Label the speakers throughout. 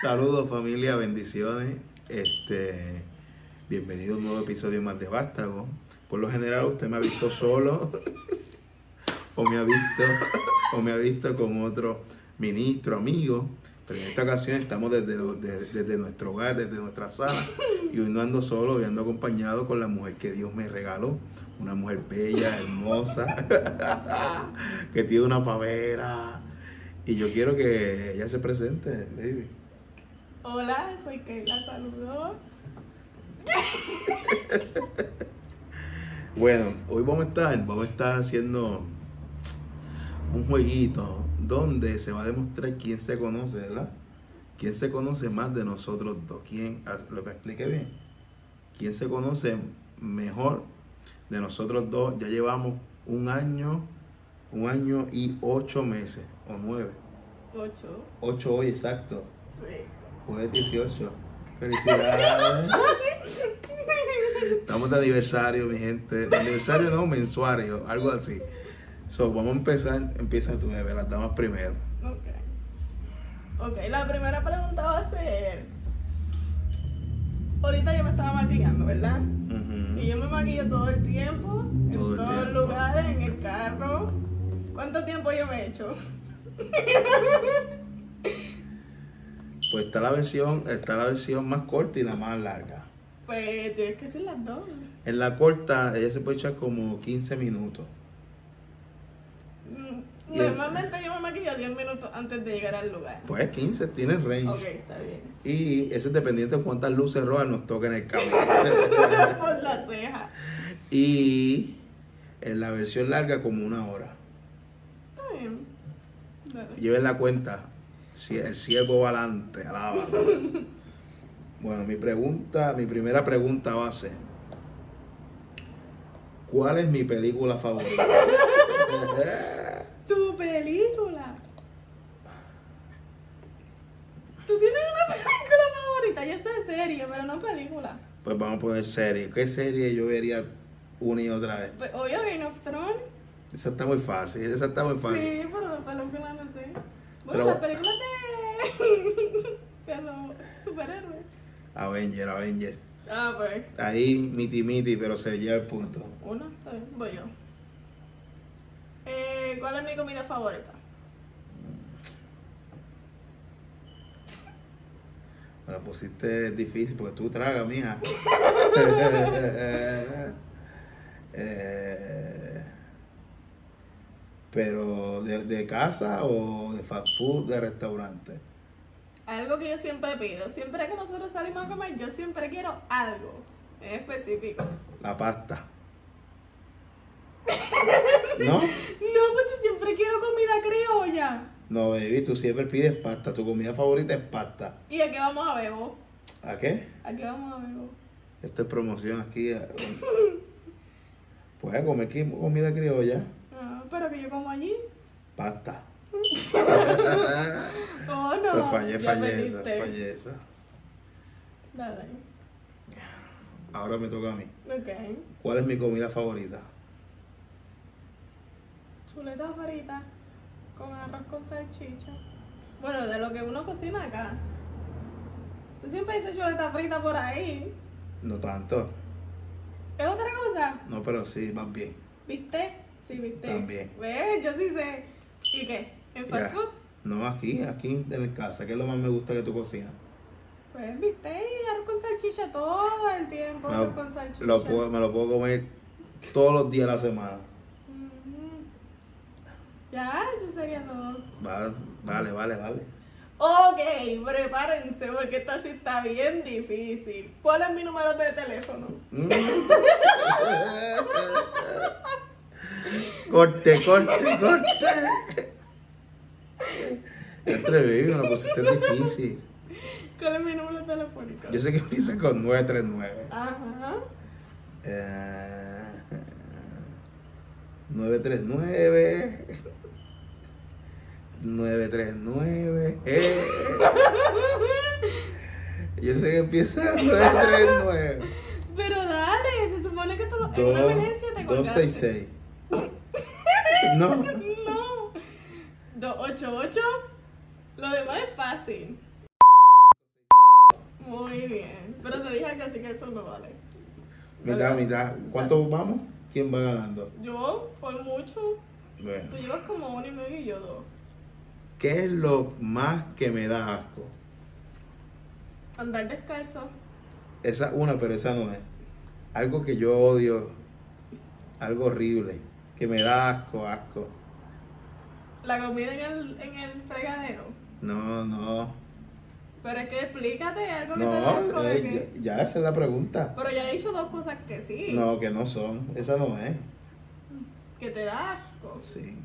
Speaker 1: Saludos familia, bendiciones. Este, bienvenido a un nuevo episodio más de Vástago. Por lo general usted me ha visto solo o me ha visto o me ha visto con otro ministro, amigo. Pero en esta ocasión estamos desde, lo- de- desde nuestro hogar, desde nuestra sala. Y hoy no ando solo, hoy ando acompañado con la mujer que Dios me regaló. Una mujer bella, hermosa, que tiene una pavera. Y yo quiero que ella se presente, baby.
Speaker 2: Hola, soy Keila, saludos.
Speaker 1: Bueno, hoy vamos a estar, vamos a estar haciendo un jueguito donde se va a demostrar quién se conoce, ¿verdad? ¿Quién se conoce más de nosotros dos? ¿Quién, ah, lo que expliqué bien? ¿Quién se conoce mejor de nosotros dos? Ya llevamos un año, un año y ocho meses, o nueve.
Speaker 2: Ocho.
Speaker 1: Ocho hoy, exacto.
Speaker 2: Sí.
Speaker 1: Jueves 18. Pues Felicidades. Estamos de aniversario, mi gente. De aniversario no, mensuario, algo así. So, vamos a empezar. Empieza tu bebé, las damas primero.
Speaker 2: Ok. Ok, la primera pregunta va a ser. Ahorita yo me estaba maquillando, ¿verdad?
Speaker 1: Ujú.
Speaker 2: Y yo me maquillo todo el tiempo, en
Speaker 1: Todo el
Speaker 2: todos
Speaker 1: tiempo.
Speaker 2: los lugares, en el carro. ¿Cuánto tiempo yo me he hecho?
Speaker 1: Pues está la versión, está la versión más corta y la más larga.
Speaker 2: Pues tienes que decir las dos.
Speaker 1: En la corta, ella se puede echar como 15 minutos.
Speaker 2: Mm,
Speaker 1: Y-
Speaker 2: Normalmente yo me maquillo 10 minutos antes de llegar al lugar.
Speaker 1: Pues 15, tiene range.
Speaker 2: Ok, está bien.
Speaker 1: Y eso es dependiente de cuántas luces rojas nos toquen el camino.
Speaker 2: Por las cejas.
Speaker 1: y en la versión larga, como una hora.
Speaker 2: Está bien. Dale.
Speaker 1: Lleven la cuenta. Si el siervo va adelante, alaba. Bueno, mi pregunta, mi primera pregunta va a ser: ¿Cuál es mi película favorita?
Speaker 2: Tu película. Tú tienes una película favorita. Yo sé serie, pero no película.
Speaker 1: Pues vamos a poner serie. ¿Qué serie yo vería una y otra vez?
Speaker 2: Pues, Obvio Game of Thrones.
Speaker 1: Esa está muy fácil, esa está muy fácil.
Speaker 2: Sí, pero la película no sé.
Speaker 1: Pues Pero-
Speaker 2: Bueno, las películas de. de los superhéroes.
Speaker 1: Avenger, Avenger.
Speaker 2: Ah, pues.
Speaker 1: Ahí miti miti, pero se lleva el punto.
Speaker 2: Una, está bien, voy yo. Eh, ¿Cuál es mi comida favorita?
Speaker 1: Me la pusiste difícil porque tú tragas, mija. Eh, pero de, de casa o de fast food, de restaurante.
Speaker 2: Algo que yo siempre pido. Siempre que nosotros salimos a comer, yo siempre quiero algo en específico.
Speaker 1: La pasta. ¿No?
Speaker 2: No, pues si siempre quiero comida criolla.
Speaker 1: No, baby, tú siempre pides pasta. Tu comida favorita es pasta.
Speaker 2: ¿Y a qué vamos a bebo?
Speaker 1: ¿A qué?
Speaker 2: ¿A qué vamos a bebo?
Speaker 1: Esto es promoción aquí. eh. Pues a comer qui- comida criolla,
Speaker 2: Ah, pero que yo como allí.
Speaker 1: pasta.
Speaker 2: Oh, no.
Speaker 1: Pues fallé,
Speaker 2: Ya
Speaker 1: fallé esa,
Speaker 2: perdiste.
Speaker 1: fallé esa.
Speaker 2: Dale.
Speaker 1: Ahora me toca a mí.
Speaker 2: Ok.
Speaker 1: ¿Cuál es mi comida favorita?
Speaker 2: Chuleta frita con arroz con salchicha. Bueno, de lo que uno cocina acá. Tú siempre dices chuleta frita por ahí.
Speaker 1: No tanto.
Speaker 2: ¿Es otra cosa?
Speaker 1: No, pero sí, más bien.
Speaker 2: ¿Viste? Sí, viste.
Speaker 1: También.
Speaker 2: ¿Ves? Yo sí sé. ¿Y qué? ¿En fast
Speaker 1: Ya.
Speaker 2: food?
Speaker 1: No aquí, aquí en el casa, que es lo más me gusta que tú cocinas.
Speaker 2: Pues viste, y arroz con salchicha todo el tiempo,
Speaker 1: Me
Speaker 2: arroz
Speaker 1: lo,
Speaker 2: con salchicha.
Speaker 1: lo puedo, me lo puedo comer todos los días de la semana.
Speaker 2: Mm. Ya, eso sería todo.
Speaker 1: Vale, vale, vale. vale.
Speaker 2: Ok, prepárense porque esta sí está bien difícil. ¿Cuál es mi número de teléfono?
Speaker 1: Mm. corte, corte, corte. Entrevivo, me lo pusiste difícil.
Speaker 2: ¿Cuál es mi número telefónico?
Speaker 1: Yo sé que empieza con 939.
Speaker 2: Ajá.
Speaker 1: Eh, 939 939 eh. Yo sé que empieza a ser nuevo.
Speaker 2: Pero dale, se supone que tú lo- en una emergencia te colgaste.
Speaker 1: 266. No.
Speaker 2: No. 288. Lo demás es fácil. Muy bien. Pero te dije que así que eso no vale.
Speaker 1: Mitad, mitad. ¿Cuánto vamos? ¿Quién va ganando?
Speaker 2: Yo, por mucho,
Speaker 1: Bueno.
Speaker 2: tú llevas como uno y medio y yo dos.
Speaker 1: ¿Qué es lo más que me da asco?
Speaker 2: Andar descalzo.
Speaker 1: Esa es una, pero esa no es. Algo que yo odio. Algo horrible. Que me da asco, asco.
Speaker 2: La comida en el, en el fregadero.
Speaker 1: No, no.
Speaker 2: Pero es que explícate algo que te da asco
Speaker 1: No,
Speaker 2: de
Speaker 1: eh,
Speaker 2: que-
Speaker 1: ya, ya esa es la pregunta.
Speaker 2: Pero ya he dicho dos cosas que sí.
Speaker 1: No, que no son. Esa no es.
Speaker 2: Que te da asco.
Speaker 1: Sí.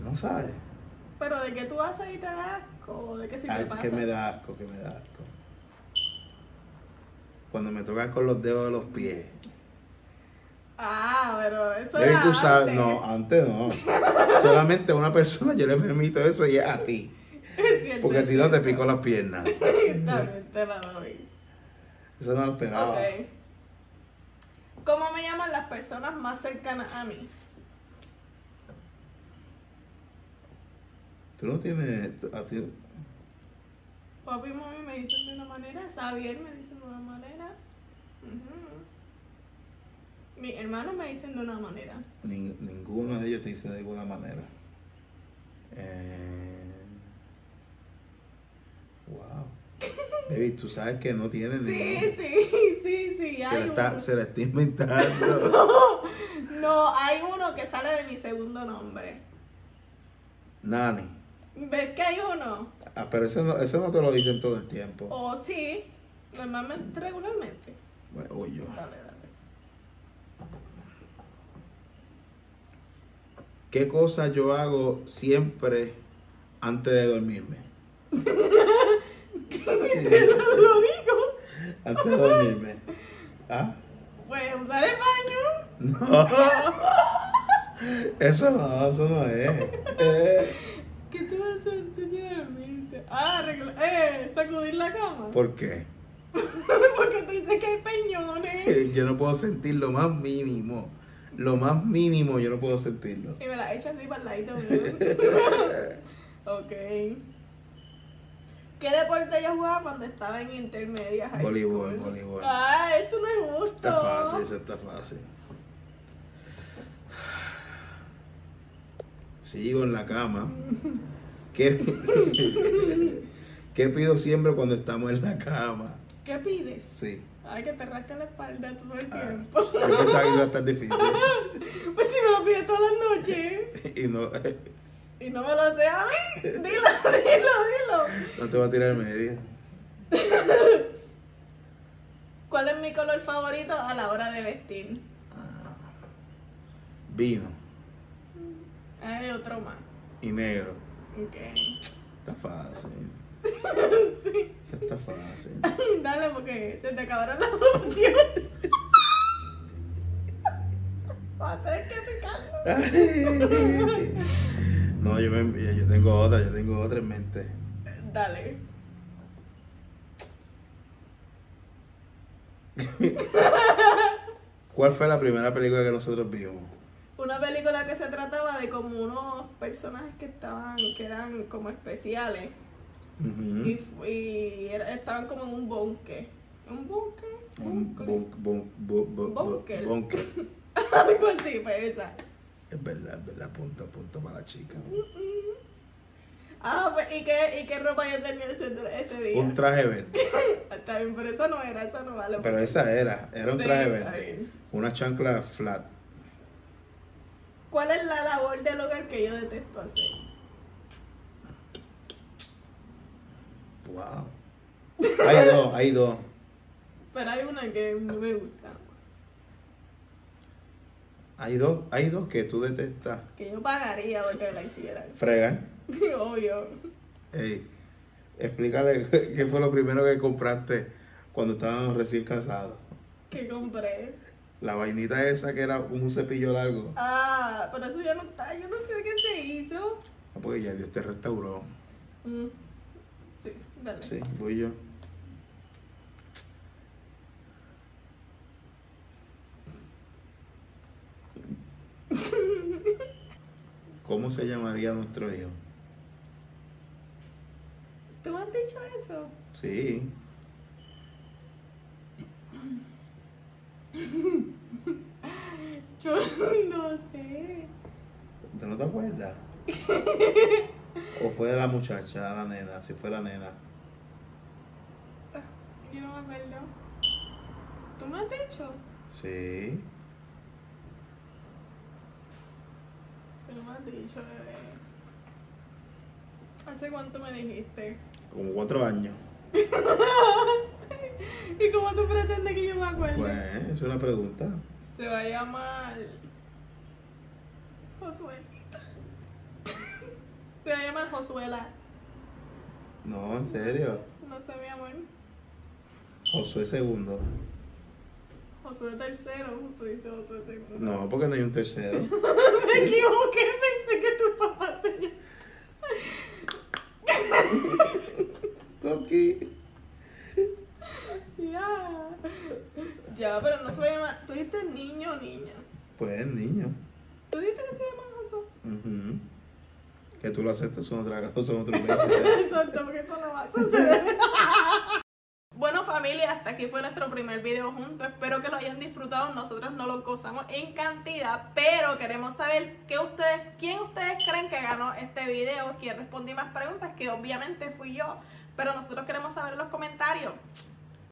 Speaker 2: No
Speaker 1: No
Speaker 2: sé.
Speaker 1: sabes.
Speaker 2: Pero de que tú haces y te da asco. o De que si te
Speaker 1: Al-
Speaker 2: pasa.
Speaker 1: que me da asco, que me da asco. Cuando me tocas con los dedos de los pies.
Speaker 2: Ah, pero eso
Speaker 1: Debe
Speaker 2: era
Speaker 1: tú sabes-
Speaker 2: antes.
Speaker 1: No, antes no. Solamente a una persona yo le permito eso y es a ti.
Speaker 2: Es cierto,
Speaker 1: Porque
Speaker 2: es
Speaker 1: si no te
Speaker 2: cierto.
Speaker 1: pico las piernas.
Speaker 2: Está bien, te la doy.
Speaker 1: Eso no lo esperaba.
Speaker 2: Ok. ¿Cómo me llaman las personas más cercanas a mí?
Speaker 1: Tú no tienes. tú- a ti-
Speaker 2: Papi y mami me dicen de una manera, Xavier me dicen de una manera. Ujú. Mis hermanos me dicen de una manera.
Speaker 1: nin- ninguno de ellos te dice de ninguna manera. Eh, wow. David, tú sabes que no tienes
Speaker 2: Sí,
Speaker 1: ninguno.
Speaker 2: sí, sí, sí.
Speaker 1: Se la,
Speaker 2: Hay
Speaker 1: está,
Speaker 2: uno.
Speaker 1: se la está inventando.
Speaker 2: No, hay uno que sale de mi segundo nombre.
Speaker 1: Nani.
Speaker 2: ¿Ves que hay uno?
Speaker 1: Ah, pero eso no, eso no te lo dicen todo el tiempo.
Speaker 2: O sí, normalmente, regularmente.
Speaker 1: Bueno, o yo.
Speaker 2: Dale, dale.
Speaker 1: ¿Qué cosa yo hago siempre antes de dormirme?
Speaker 2: Lo digo.
Speaker 1: antes de dormirme. ¿Ah?
Speaker 2: Pues usar el baño.
Speaker 1: No. Eso no, eso no es. Eh,
Speaker 2: ¿Qué te vas a sentir de dormirte? Ah, arregla- eh, sacudir la cama.
Speaker 1: ¿Por qué?
Speaker 2: Porque tú dices que hay peñones.
Speaker 1: Eh, Yo no puedo sentir lo más mínimo. Lo más mínimo yo no puedo sentirlo.
Speaker 2: Y me la echas así para el ladito. mío. ok. ¿Qué deporte yo jugaba cuando estaba en intermedia? high
Speaker 1: Voleibol,
Speaker 2: school?
Speaker 1: voleibol.
Speaker 2: Ah, eso no es justo.
Speaker 1: Está fácil, eso está fácil. Sigo en la cama. ¿Qué, ¿Qué pido siempre cuando estamos en la cama?
Speaker 2: ¿Qué pides?
Speaker 1: Sí.
Speaker 2: Ay, que te rasca la espalda todo el
Speaker 1: Ah,
Speaker 2: tiempo.
Speaker 1: yo pensaba que iba a estar difícil.
Speaker 2: Pues si me lo pides todas las noches.
Speaker 1: Y no,
Speaker 2: Y no me lo haces a mí. Dilo, dilo, dilo.
Speaker 1: no te va a tirar en medio.
Speaker 2: ¿Cuál es mi color favorito a la hora de vestir?
Speaker 1: Ah. Vino
Speaker 2: Hay Ah, otro más.
Speaker 1: y negro.
Speaker 2: Ok.
Speaker 1: Está fácil. Eso está fácil.
Speaker 2: Dale porque se te acabaron las opciones. Vas a tener que picarlo.
Speaker 1: No, yo, me- yo tengo otra, yo tengo otra en mente.
Speaker 2: Dale.
Speaker 1: ¿Cuál fue la primera película que nosotros vimos?
Speaker 2: Una película que se trataba de como unos personajes que estaban, que eran como especiales. Y,
Speaker 1: Ujú.
Speaker 2: fu- y era- estaban como en un búnker. ¿Un búnker?
Speaker 1: Un bunk- bunk- bu- bu- bu-
Speaker 2: Bunker.
Speaker 1: bunker.
Speaker 2: Algo así, pues esa.
Speaker 1: Es verdad, es verdad, punto, punto para la chica.
Speaker 2: Mm. Ah, pues, ¿y qué, y qué ropa yo tenía ese, ese día?
Speaker 1: Un traje verde.
Speaker 2: Está bien, pero esa no era, esa no vale.
Speaker 1: Pero esa era, era un
Speaker 2: Sí,
Speaker 1: traje
Speaker 2: está
Speaker 1: verde.
Speaker 2: bien.
Speaker 1: Una chancla flat.
Speaker 2: ¿Cuál es la labor del hogar que yo detesto hacer?
Speaker 1: Wow. Hay dos, hay dos.
Speaker 2: Pero hay una que no me gusta,
Speaker 1: Hay dos, hay dos que tú detestas.
Speaker 2: que yo pagaría porque la hicieran.
Speaker 1: Fregan.
Speaker 2: Obvio.
Speaker 1: Ey, explícale qué fue lo primero que compraste cuando estábamos recién casados.
Speaker 2: Que compré.
Speaker 1: La vainita esa que era como un cepillo largo.
Speaker 2: Ah, pero eso ya no está. Yo no sé qué se hizo.
Speaker 1: Ah, Porque ya Dios te restauró.
Speaker 2: Mm. Sí, dale.
Speaker 1: Sí, voy yo. ¿Cómo se llamaría nuestro hijo?
Speaker 2: ¿Tú me has dicho eso?
Speaker 1: Sí.
Speaker 2: Yo no sé.
Speaker 1: ¿Tú no te acuerdas? ¿O fue de la muchacha, de la nena? Si fue la nena.
Speaker 2: Yo no me acuerdo. ¿Tú me has dicho?
Speaker 1: Sí.
Speaker 2: Tú no me has dicho, bebé. ¿Hace cuánto me dijiste?
Speaker 1: Como cuatro años.
Speaker 2: ¿Y cómo tú pretendes que yo me acuerde?
Speaker 1: Pues, es una pregunta.
Speaker 2: Se va a llamar. Josuelita. Se va a llamar Josuela.
Speaker 1: No, en serio.
Speaker 2: No sé, mi amor.
Speaker 1: Josué segundo.
Speaker 2: Josué tercero. Josué dice Josué segundo.
Speaker 1: No, porque no hay un tercero.
Speaker 2: Me equivoqué, pensé que tu papá se llama.
Speaker 1: Toki.
Speaker 2: Ya. Ya, pero no se va a llamar. ¿Tú dijiste niño o niña?
Speaker 1: Pues, niño.
Speaker 2: ¿Tú dijiste que se llama Josué?
Speaker 1: Ujú. Que tú lo aceptes son otra cosa, son otros 20.
Speaker 2: Exacto, porque eso no va a suceder. Bueno familia, hasta aquí fue nuestro primer video juntos. Espero que lo hayan disfrutado. Nosotros no lo gozamos en cantidad, pero queremos saber qué ustedes, quién ustedes creen que ganó este video, quién respondió más preguntas, que obviamente fui yo, pero nosotros queremos saber en los comentarios.